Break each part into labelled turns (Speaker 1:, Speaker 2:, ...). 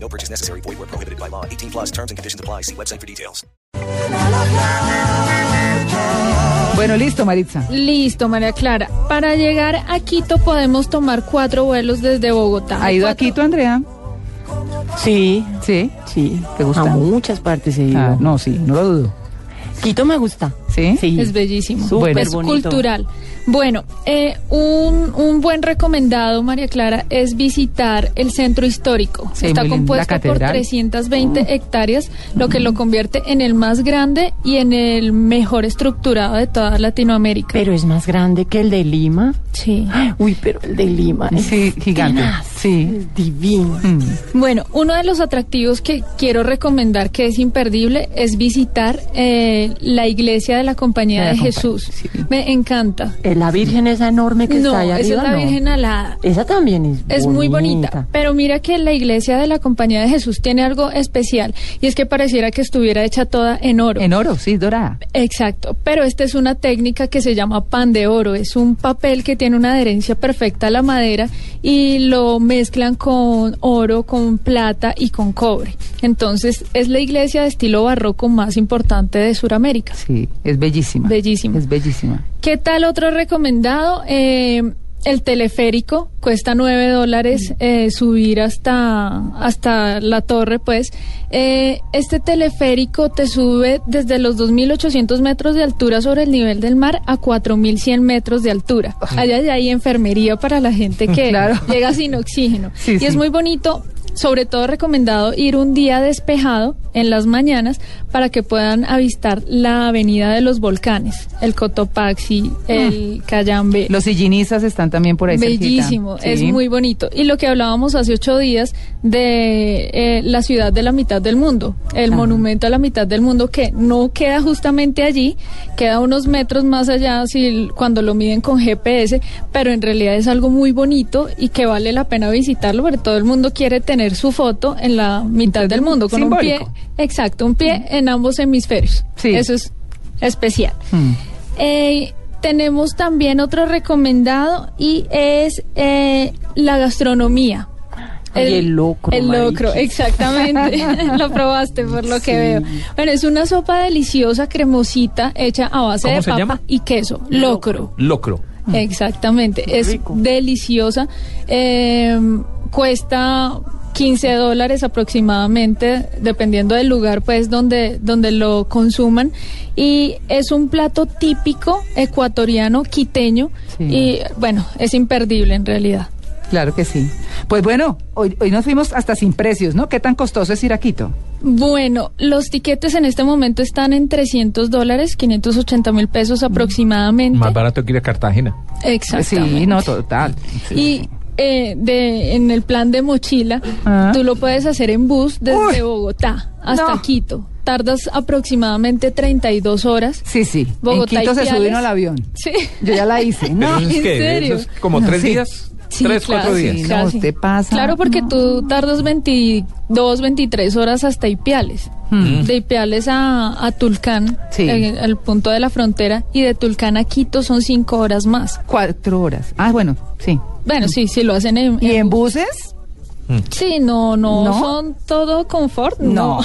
Speaker 1: No purchase necessary. Void where prohibited by law. 18 plus terms and conditions apply. See website for details.
Speaker 2: Bueno, listo, Maritza.
Speaker 3: Listo, María Clara. Para llegar a Quito podemos tomar cuatro vuelos desde Bogotá.
Speaker 2: ¿Ha ido a Quito, Andrea?
Speaker 4: Sí,
Speaker 2: Sí.
Speaker 4: sí.
Speaker 2: ¿Te gusta?
Speaker 4: A
Speaker 3: Ah,
Speaker 4: muchas partes he ido.
Speaker 2: Ah, no, sí, no lo dudo.
Speaker 4: Quito me gusta.
Speaker 2: ¿Sí?
Speaker 4: Sí.
Speaker 3: Es bellísimo.
Speaker 4: Súper
Speaker 3: es
Speaker 4: bonito.
Speaker 3: cultural. Bueno, eh, un, un buen recomendado, María Clara, es visitar el centro histórico.
Speaker 2: Sí,
Speaker 3: Está
Speaker 2: muy lindo. La
Speaker 3: compuesto por
Speaker 2: catedral.
Speaker 3: 320 hectáreas, lo que lo convierte en el más grande y en el mejor estructurado de toda Latinoamérica.
Speaker 4: Pero es más grande que el de Lima.
Speaker 3: sí.
Speaker 4: Uy, pero el de Lima es
Speaker 2: Sí, gigante.
Speaker 4: tenaz,
Speaker 2: Sí.
Speaker 4: es divino.
Speaker 3: Bueno, uno de los atractivos que quiero recomendar que es imperdible es visitar eh, la iglesia de la Compañía
Speaker 2: De la
Speaker 3: de,
Speaker 2: Compañía,
Speaker 3: Jesús.
Speaker 2: sí.
Speaker 3: Me encanta.
Speaker 4: Eh, La Virgen esa enorme que
Speaker 3: No,
Speaker 4: está allá
Speaker 3: esa
Speaker 4: arriba.
Speaker 3: es la
Speaker 4: no.
Speaker 3: Virgen Alada.
Speaker 4: Esa también es
Speaker 3: Es muy bonita, pero mira que la iglesia de la Compañía de Jesús tiene algo especial y es que pareciera que estuviera hecha toda en oro.
Speaker 2: En oro, sí, dorada.
Speaker 3: Exacto, pero esta es una técnica que se llama pan de oro. Es un papel que tiene una adherencia perfecta a la madera y lo mezclan con oro, con plata y con cobre. Entonces es la iglesia de estilo barroco más importante de Sudamérica.
Speaker 2: Sí, es bellísima.
Speaker 3: Bellísima.
Speaker 2: Es bellísima.
Speaker 3: ¿Qué tal otro recomendado? Eh, el teleférico cuesta 9
Speaker 2: Mm.
Speaker 3: dólares eh, subir hasta, hasta la torre, pues. Eh, este teleférico te sube desde los 2.800 metros de altura sobre el nivel del mar a 4.100 metros de altura. Allá ya hay enfermería para la gente que
Speaker 2: Claro.
Speaker 3: llega sin oxígeno.
Speaker 2: Sí,
Speaker 3: y
Speaker 2: sí.
Speaker 3: es muy bonito. Sobre todo recomendado ir un día despejado en las mañanas para que puedan avistar la avenida de los volcanes, el Cotopaxi, el Cayambe.
Speaker 2: Los sillinizas están también por ahí cerquita.
Speaker 3: Bellísimo, es
Speaker 2: Sí.
Speaker 3: muy bonito. Y lo que hablábamos hace ocho días de eh, la ciudad de la mitad del mundo, el
Speaker 2: Ah.
Speaker 3: monumento a la mitad del mundo que no queda justamente allí, queda unos metros más allá si, cuando lo miden con GPS, pero en realidad es algo muy bonito y que vale la pena visitarlo porque todo el mundo quiere tener su foto en la mitad del mundo, con
Speaker 2: Simbólico.
Speaker 3: un pie, exacto, un pie en ambos hemisferios.
Speaker 2: Sí.
Speaker 3: Eso es especial.
Speaker 2: Mm.
Speaker 3: Eh, tenemos también otro recomendado y es eh, la gastronomía.
Speaker 4: Ay, el locro,
Speaker 3: El locro,
Speaker 4: mariquis.
Speaker 3: exactamente. lo probaste por lo que veo. Bueno, es una sopa deliciosa, cremosita, hecha a base
Speaker 5: ¿Cómo
Speaker 3: de
Speaker 5: se
Speaker 3: papa
Speaker 5: llama?
Speaker 3: y queso. Locro.
Speaker 5: Locro.
Speaker 3: Exactamente, es
Speaker 4: rico.
Speaker 3: deliciosa. Eh, cuesta 15 dólares aproximadamente, dependiendo del lugar pues donde, donde lo consuman. Y es un plato típico ecuatoriano, quiteño,
Speaker 2: Sí.
Speaker 3: y bueno, es imperdible en realidad.
Speaker 2: Claro que sí. Pues bueno, hoy, hoy nos fuimos hasta sin precios, ¿no? ¿Qué tan costoso es ir a Quito?
Speaker 3: Bueno, los tiquetes en este momento están en 300 dólares, 580 mil pesos aproximadamente.
Speaker 5: Más barato que ir a Cartagena.
Speaker 3: Exactamente.
Speaker 2: Pues Sí, no, total.
Speaker 3: Y eh, de, en el plan de mochila,
Speaker 2: Ah.
Speaker 3: tú lo puedes hacer en bus
Speaker 2: Uy.
Speaker 3: desde Bogotá hasta
Speaker 2: No.
Speaker 3: Quito. Tardas aproximadamente 32 horas.
Speaker 2: Sí, sí.
Speaker 3: Bogotá y
Speaker 2: en Quito se
Speaker 3: Piales.
Speaker 2: sube uno al avión.
Speaker 3: Sí.
Speaker 2: Yo ya la hice.
Speaker 5: Pero
Speaker 2: No,
Speaker 5: eso es
Speaker 3: ¿en
Speaker 5: que,
Speaker 3: serio?
Speaker 5: eso es como
Speaker 2: No,
Speaker 5: tres
Speaker 2: sí.
Speaker 5: días,
Speaker 3: Sí,
Speaker 5: tres,
Speaker 3: claro,
Speaker 5: cuatro
Speaker 3: sí,
Speaker 5: días.
Speaker 2: No,
Speaker 3: casi.
Speaker 2: te pasa.
Speaker 3: Claro, porque tú tardas 22, 23 horas hasta Ipiales. De Ipiales a, a Tulcán,
Speaker 2: Sí.
Speaker 3: eh, al punto de la frontera, y de Tulcán a Quito son 5 horas más.
Speaker 2: Cuatro horas. Ah, bueno, sí.
Speaker 3: Bueno, sí, sí lo hacen en,
Speaker 2: Mm. ¿Y en
Speaker 3: bus.
Speaker 2: buses?
Speaker 3: Sí, no, no,
Speaker 2: ¿No?
Speaker 3: son todo confort, no.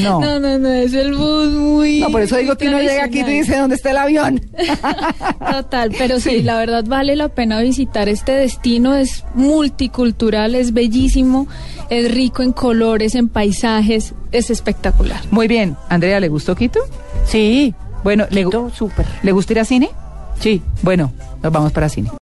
Speaker 2: No.
Speaker 3: no, no, no, es el bus muy...
Speaker 2: No, por eso digo que uno llega a Quito y dice, ¿dónde está el avión?
Speaker 3: Total, pero sí.
Speaker 2: Sí.
Speaker 3: la verdad vale la pena visitar este destino, es multicultural, es bellísimo, es rico en colores, en paisajes, es espectacular.
Speaker 2: Muy bien. Andrea, ¿le gustó Quito?
Speaker 4: Sí,
Speaker 2: Bueno, ¿le, gu-
Speaker 4: Quito, súper.
Speaker 2: ¿le gusta ir a cine?
Speaker 4: Sí.
Speaker 2: Bueno, nos vamos para cine.